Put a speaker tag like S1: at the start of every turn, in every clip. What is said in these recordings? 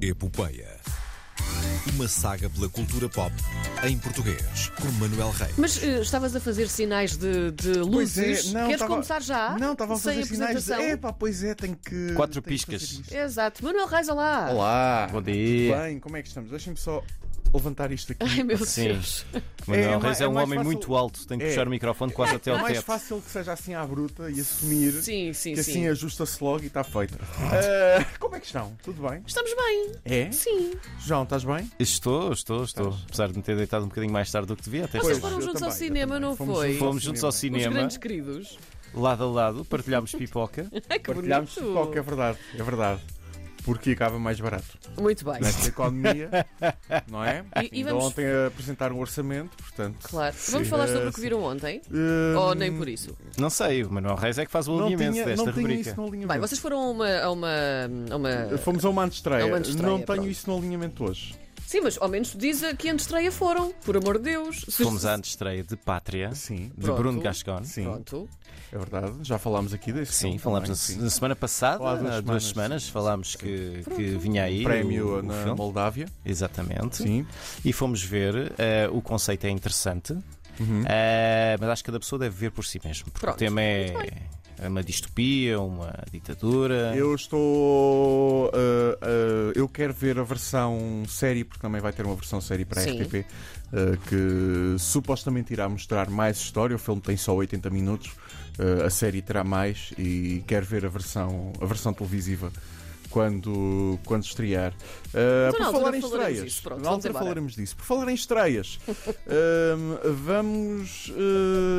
S1: Epopeia. Uma saga pela cultura pop em português, com Manuel Reis.
S2: Mas eh, estavas a fazer sinais de, de
S3: Pois é,
S2: luzes.
S3: não,
S2: Queres
S3: tava-
S2: começar já?
S3: Não, estava a
S2: Sem
S3: fazer sinais de.
S2: apresentação?
S3: Epá, pois é, tenho que.
S4: Quatro
S3: tenho que
S4: piscas.
S3: fazer isto.
S2: Exato. Manuel Reis, olá.
S3: Olá!
S4: Bom dia.
S3: Tudo bem? Como é que estamos? Deixem-me só levantar isto aqui.
S2: Ai, meu
S4: Sim.
S2: Deus.
S4: Manuel
S3: É, é
S4: Reis
S3: mais-
S4: é,
S3: é
S4: um
S3: mais
S4: homem
S3: fácil-
S4: muito alto, tem que
S3: É.
S4: puxar o microfone quase até
S3: É
S4: ao
S3: mais
S4: teto.
S3: fácil que seja assim à bruta e assumir
S2: Sim, sim,
S3: que
S2: sim.
S3: assim ajusta-se logo e está feito. Ah, como é que estão? Tudo bem?
S2: Estamos bem.
S3: É?
S2: Sim.
S3: João, estás bem?
S4: Estou, estou, estou. Apesar de me ter deitado um bocadinho mais tarde do que devia, até
S2: Vocês
S3: Pois,
S4: estou.
S2: foram
S3: eu
S2: juntos ao
S3: também, eu
S2: cinema,
S3: também.
S2: não
S3: Fomos
S2: foi?
S3: juntos
S4: Fomos juntos ao
S2: Os
S4: cinema,
S2: grandes queridos.
S4: lado a lado, partilhámos pipoca.
S2: Ai, que
S3: Partilhámos
S2: bonito.
S3: pipoca, é verdade, é verdade. Porque acaba mais barato.
S2: Muito bem.
S3: Nesta economia, não é?
S2: E- e
S3: Ainda
S2: vamos-
S3: ontem a apresentar um orçamento, portanto.
S2: Claro. Vamos falar sobre o que viram ontem?
S3: Hum.
S2: Ou Oh, nem por isso?
S4: Não sei, o Manuel Reis é que faz o
S3: Ehm, Não
S4: alinhamento
S3: tinha,
S4: desta
S3: não tinha
S4: rubrica.
S3: isso no alinhamento. Eh,
S2: Bem, vocês foram a uma. A uma, a uma-
S3: Fomos a uma antestreia.
S2: a É uma antestreia,
S3: não
S2: pronto.
S3: tenho isso no alinhamento hoje.
S2: Sim, mas ao menos diz a que antestreia foram, por amor de Deus. Se-
S4: Fomos à estreia de Pátria,
S3: Sim,
S4: de
S2: Pronto.
S4: Bruno Gascon.
S3: sim,
S2: Pronto.
S3: é verdade. Já falámos aqui desse.
S4: Sim,
S3: filme
S4: falámos na,
S3: também, sim.
S4: na semana passada,
S3: Há
S4: há
S3: duas
S4: duas,
S3: semanas,
S4: semanas,
S3: sim.
S4: falámos que, que vinha aí.
S3: Prémio
S4: o, o
S3: na
S4: filme.
S3: Moldávia.
S4: Exatamente.
S3: Sim.
S4: E fomos ver, eh, o conceito é interessante,
S3: Uhum.
S4: eh, mas acho que cada pessoa deve ver por si mesmo. Porque
S2: Pronto,
S4: o tema
S2: muito
S4: é, é uma distopia, uma ditadura.
S2: É.
S3: Eu estou. ah, ah, eu quero ver a versão série, porque também vai ter uma versão série para a
S2: Sim.
S3: RTP, ah, que supostamente irá mostrar mais história. O filme tem só 80 minutos, ah, a série terá mais e quero ver a versão, a versão televisiva. Quando, quando estrear.
S2: Então,
S3: Ah, por
S2: na altura
S3: falar em
S2: falaremos
S3: estreias.
S2: disso, pronto,
S3: na
S2: vamos
S3: altura
S2: embora.
S3: falaremos disso. Por falar em estreias, ah, vamos.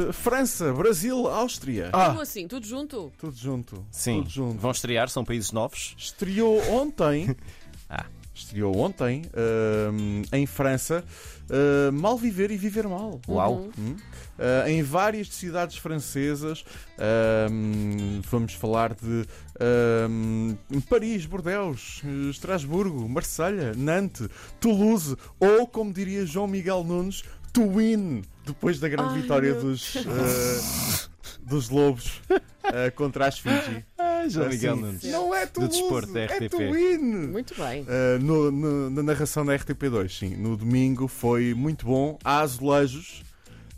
S3: ah, França, Brasil, Áustria.
S2: Como assim? Tudo junto?
S3: Tudo junto.
S4: Sim,
S3: Tudo junto.
S4: vão estrear, são países novos.
S3: Estreou ontem.
S4: Ah.
S3: Estreou ontem hum, em França uh, Mal Viver e Viver Mal.
S4: Uau.
S2: Uhum.
S3: Hum? Uh, em várias cidades francesas, hum, vamos falar de hum, Paris, Bordeaux, eh, Estrasburgo, Marselha, Nantes, Toulouse ou, como diria João Miguel Nunes, Twin, depois da grande
S2: Ai,
S3: vitória
S2: meu
S3: dos, eh, dos Lobos eh, contra as Fiji.
S4: Ah, João
S3: Assim,
S4: Miguel Nunes.
S3: Não é
S4: Do
S3: Toulouse,
S4: desporto da
S3: é
S4: RTP.
S3: Twin.
S2: Muito bem.
S3: Uh, no- no- na narração da RTP2, sim. No domingo foi muito bom. Há azulejos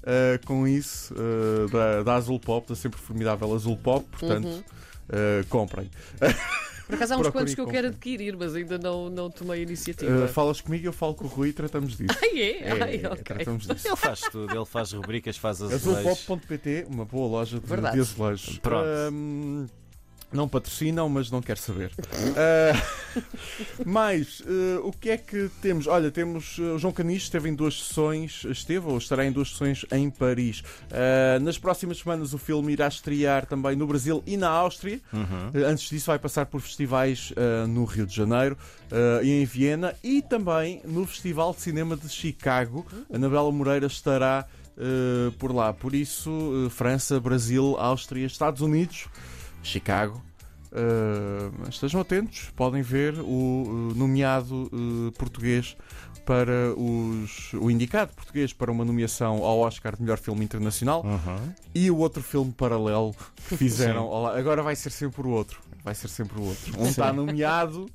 S3: uh, com isso uh, da, da Azul Pop, da sempre formidável Azul Pop, portanto.
S2: Uhum.
S3: uh, comprem.
S2: Por acaso há uns
S3: Procure
S2: quantos
S3: e
S2: que eu
S3: compre.
S2: quero adquirir, mas ainda não, não tomei a iniciativa.
S3: Uh, falas comigo, eu falo com o Rui e tratamos disso.
S2: Ai, é? Ai,
S3: É,
S2: ok.
S3: Tratamos disso.
S4: Ele faz tudo, ele faz rubricas, faz azulejos.
S3: Azulpop.pt, uma boa loja de,
S2: Verdade.
S3: de azulejos.
S4: Pronto.
S3: Um, não patrocinam, mas não quero saber. Uh, mais, uh, o que é que temos? Olha, temos uh, o João Canis esteve em duas sessões, esteve ou estará em duas sessões em Paris. Uh, nas próximas semanas o filme irá estrear também no Brasil e na Áustria.
S4: Uhum.
S3: Uh, Antes disso, vai passar por festivais uh, no Rio de Janeiro uh, e em Viena e também no Festival de Cinema de Chicago. Anabela Moreira estará uh, por lá. Por isso, uh, França, Brasil, Áustria, Estados Unidos, Chicago. Uh, estejam atentos, podem ver o uh, nomeado uh, português para os. o indicado português para uma nomeação ao Oscar de melhor filme internacional
S4: Uhum.
S3: e o outro filme paralelo que fizeram. Olá, agora vai ser sempre o outro. Vai ser sempre o outro. Um
S4: Sim.
S3: está nomeado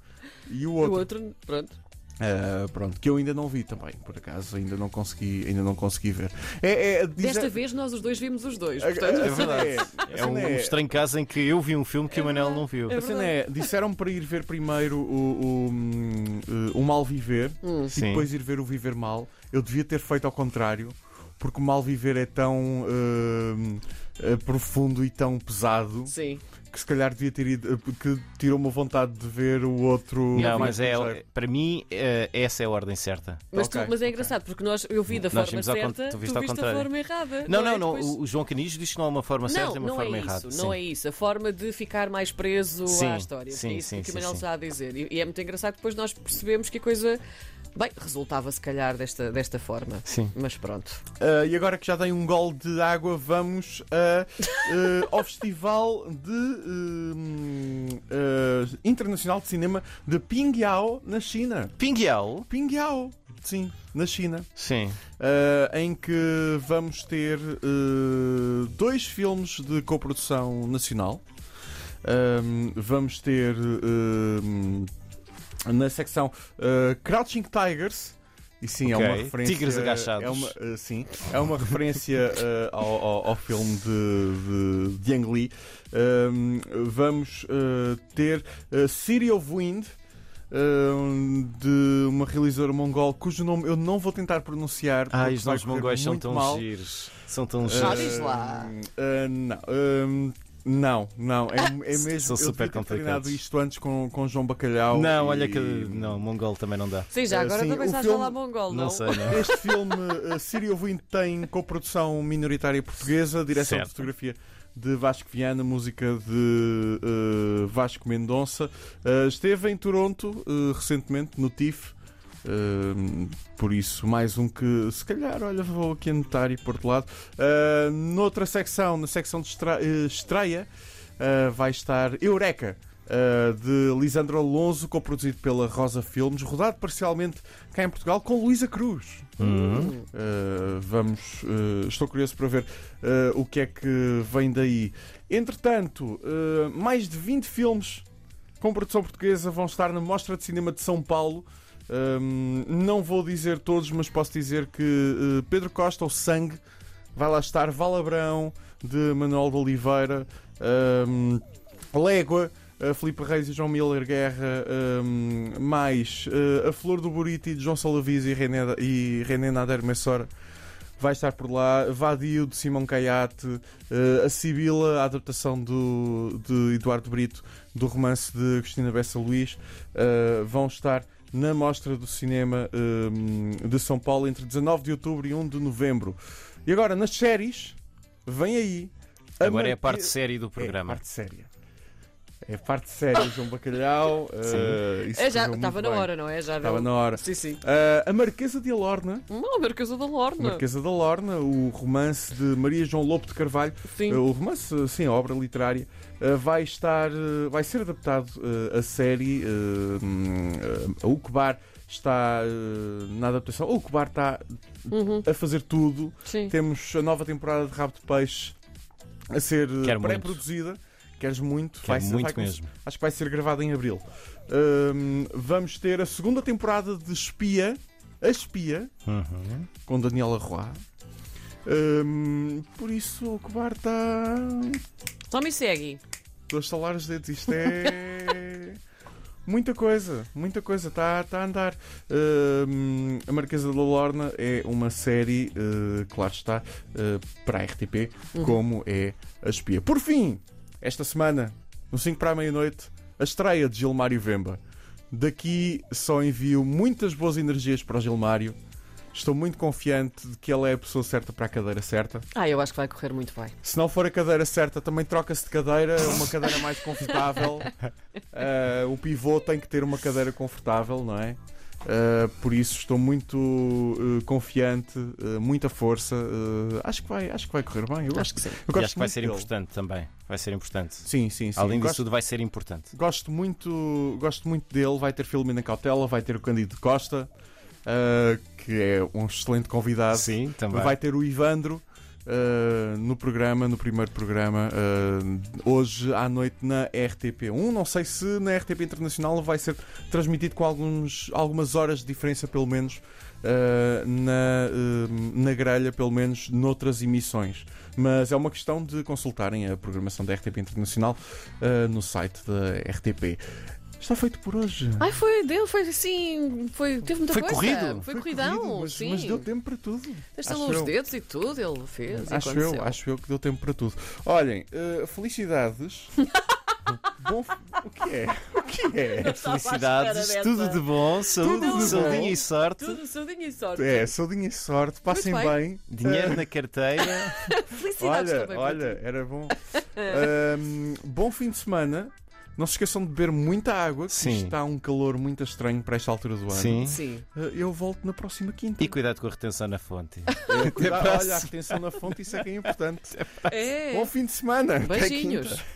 S3: e o
S2: O
S3: outro.
S2: outro, pronto.
S4: Eh,
S3: Ah, pronto, que eu ainda não vi também, por acaso, ainda não consegui, ainda não consegui ver. É, é, diz-
S2: Desta vez nós os dois vimos os dois.
S3: a- a-
S2: Portanto,
S3: a cena é,
S4: É um estranho caso em que eu vi um filme que o Manel não viu.
S2: É
S3: a cena é, disseram para ir ver primeiro o, o, hum, o Mal Viver
S2: Hum.
S3: e
S4: Sim.
S3: depois ir ver o Viver Mal. Eu devia ter feito ao contrário, porque o Mal Viver é tão hum, eh, profundo e tão pesado
S2: Sim.
S3: que se calhar devia ter ido, eh, que tirou uma vontade de ver o outro.
S4: Não,
S3: o
S4: mas
S2: um
S3: terceiro.
S4: é, para mim, eh, essa é a ordem certa.
S2: Mas, tu-
S3: Ok,
S2: mas é
S3: ok.
S2: engraçado, porque nós, eu vi da
S4: Nós
S2: forma
S4: vimos ao
S2: certa,
S4: cont-
S2: tu
S4: tu
S2: viste,
S4: viste ao
S2: a
S4: contrário.
S2: forma errada.
S4: Não, não,
S2: é?
S4: não.
S2: Depois-
S4: O o João Canijo diz que não há uma forma certa e uma
S2: não
S4: forma
S2: é isso,
S4: errada.
S2: Não
S4: Sim.
S2: é isso. A forma de ficar mais preso à
S4: Sim,
S2: história.
S4: sim,
S2: é isso
S4: sim,
S2: que
S4: sim,
S2: o Manel
S4: sim.
S2: está a dizer. E, e é muito engraçado que depois nós percebemos que a coisa. Bem, resultava se calhar desta, desta forma.
S4: Sim.
S2: Mas pronto.
S3: Ah, e agora que já dei um gol de água, vamos a, ah, ao Festival de, hum, ah, Internacional de Cinema de Pingyao, na China.
S4: Pinguial?
S3: Pingyao, sim, na China.
S4: Sim.
S3: Ah, em que vamos ter ah, dois filmes de Ehm, coprodução nacional. Ahm, vamos ter ahm, ehm, na secção eh, Crouching Tigers. E sim, é uma
S4: Ok.
S3: referência.
S4: Tigres agachados.
S3: É uma, eh, sim, é uma referência eh, ao, ao- ao filme de, de, de Ang Lee. Um, vamos eh, ter eh, City of Wind. um, de uma realizadora mongol cujo nome eu não vou tentar pronunciar
S4: Ah,
S3: porque
S4: os
S3: vai
S4: nomes
S3: correr
S4: mongóis são
S3: muito
S4: tão
S3: mal.
S4: giros. São tão giros.
S2: Ah, diz lá. Ah,
S3: Ah, não. Ah, não, não, é, é mesmo.
S4: São
S3: eu devia
S4: super
S3: ter treinado
S4: complicados.
S3: isto antes com, com João Bacalhau.
S4: Não,
S3: e-
S4: olha que. Não, mongol também não dá.
S2: Sim, já
S3: Eh,
S2: agora
S3: sim,
S2: também
S3: o
S2: sabes
S3: filme-
S2: falar mongol, não?
S4: Não sei, não.
S3: Este filme, ah, Sírio of Wind, tem coprodução minoritária portuguesa, direção de
S4: Certo.
S3: fotografia de Vasco Viana, música de ah, Vasco Mendonça. Ah, esteve em Toronto ah, recentemente, no TIFF. ah, por isso, mais um que se calhar, olha, vou aqui anotar e pôr de lado. Ah, noutra secção, na secção de estra- eh, estreia, ah, vai estar Eureka. ah, de Lisandro Alonso, coproduzido pela Rosa Filmes, rodado parcialmente cá em Portugal com Luísa Cruz.
S4: Uhum.
S3: Uh, vamos, uh, estou curioso para ver uh, o que é que vem daí. Entretanto, uh, mais de 20 filmes com produção portuguesa vão estar na Mostra de Cinema de São Paulo. Um, não vou dizer todos, mas posso dizer que uh, Pedro Costa, o Sangue, vai lá estar. Valabrão, de Manuel de Oliveira. um, Légua, uh, Filipe Reis e João Miller Guerra. um, mais uh, A Flor do Buriti, de João Salavis e René, e René Nader Messora. Vai estar por lá. Vadio, de Simão Caiate. Uh, a Sibila, a adaptação do, de Eduardo Brito do romance de Cristina Bessa Luís, uh, vão estar na Mostra do Cinema um, de São Paulo entre 19 de outubro e 1 de novembro. E agora, nas séries, vem aí.
S4: Agora é a
S3: Marquesa-
S4: parte séria do
S3: É a
S4: programa.
S3: parte séria. É a parte séria, João Bacalhau. Uh, isso
S2: É, já
S3: correu
S2: estava
S3: muito
S2: na
S3: bem.
S2: hora, não é? Já
S3: Estava
S2: deu-
S3: na hora.
S2: Sim, sim.
S3: Uh, a Marquesa de Alorna,
S2: Uma Marquesa da
S3: a
S2: Lorna.
S3: Marquesa de Alorna, o romance de Maria João Lobo de Carvalho,
S2: Sim.
S3: Uh, O romance, sim, a obra literária, uh, vai estar, uh, vai ser adaptado uh, a série. uh, hum, uh, A Ucubar está uh, na adaptação. A Ucubar está
S2: Uhum,
S3: a fazer tudo.
S2: sim.
S3: Temos a nova temporada de Rabo de Peixe a ser uh,
S4: Quero muito.
S3: pré-produzida. Queres muito?
S4: Quero
S3: ser-
S4: muito
S3: come-
S4: mesmo.
S3: Acho que vai ser gravada em abril. Um, vamos ter a segunda temporada de Espia. A Espia
S4: Uhum.
S3: com Daniela Roy. Um, por isso o Cobar está.
S2: Só me segue.
S3: Estou a estalar os dedos. Isto é. muita coisa, muita coisa. Está tá a andar. Um, a Marquesa da Lorna é uma série, uh, claro está, uh, para a RTP, como é a espia. Por fim, esta semana, no 5 para a meia-noite, a estreia de Gilmário Vemba. Daqui só envio muitas boas energias para o Gilmário. Estou muito confiante de que ele é a pessoa certa para a cadeira certa.
S2: Ah, eu acho que vai correr muito bem.
S3: Se não for a cadeira certa, também troca-se de cadeira, é uma cadeira mais confortável. Ah, o pivô tem que ter uma cadeira confortável, não é? Ah, por isso estou muito eh, confiante, eh, muita força. eh, acho, que vai, acho que vai correr bem. Eu,
S2: Acho que sim.
S3: eu
S4: E
S3: gosto
S4: acho que vai
S3: muito
S4: ser
S3: dele.
S4: importante também. Vai ser importante.
S3: Sim, sim, sim.
S4: Além disso
S3: gosto,
S4: tudo, vai ser importante.
S3: gosto muito, gosto muito dele. Vai ter Filomena Cautela, vai ter o Cândido Costa, ah, que é um excelente convidado.
S4: Sim, também.
S3: Vai ter o Ivandro uh, no programa, no primeiro programa, uh, hoje à noite na RTP1. Não sei se na RTP Internacional vai ser transmitido com alguns, algumas horas de diferença, pelo menos uh, na, uh, na grelha, pelo menos noutras emissões. Mas é uma questão de consultarem a programação da RTP Internacional uh, no site da RTP. Está feito por hoje.
S2: Ai, foi, deu, foi assim. Foi, teve muita
S4: Foi
S2: coisa.
S4: corrido.
S2: Foi,
S3: Foi
S2: corridão,
S3: corrido, mas,
S2: sim.
S3: mas deu tempo para tudo.
S2: Testou
S3: Acho
S2: os
S3: eu.
S2: dedos e tudo, ele fez. e
S3: Acho
S2: aconteceu.
S3: eu, acho eu que deu tempo para tudo. Olhem, eh, felicidades. Bom, f- o que é? O que
S2: Estava
S3: é?
S2: à espera
S4: Felicidades,
S2: dessa.
S4: tudo de bom, saúde,
S2: de bom.
S4: saudinha e sorte,
S2: Tudo, saudinho e sorte.
S3: É, saudinha e sorte, passem
S2: Muito
S3: bem.
S4: dinheiro na carteira.
S2: Felicidades
S3: Olha,
S2: também. para
S3: olha, era bom. Ahm, bom fim de semana. Não se esqueçam de beber muita água, que
S4: Sim.
S3: isto está um calor muito estranho para esta altura do ano.
S4: Sim.
S2: ti. Sim.
S3: Eh, Eu volto na próxima quinta.
S4: E cuidado com a retenção na fonte.
S3: Eh, cuidado,
S4: para a
S3: olha, a retenção na fonte, isso é que é importante.
S2: É.
S3: Bom fim de semana. Até quinta.
S2: Beijinhos.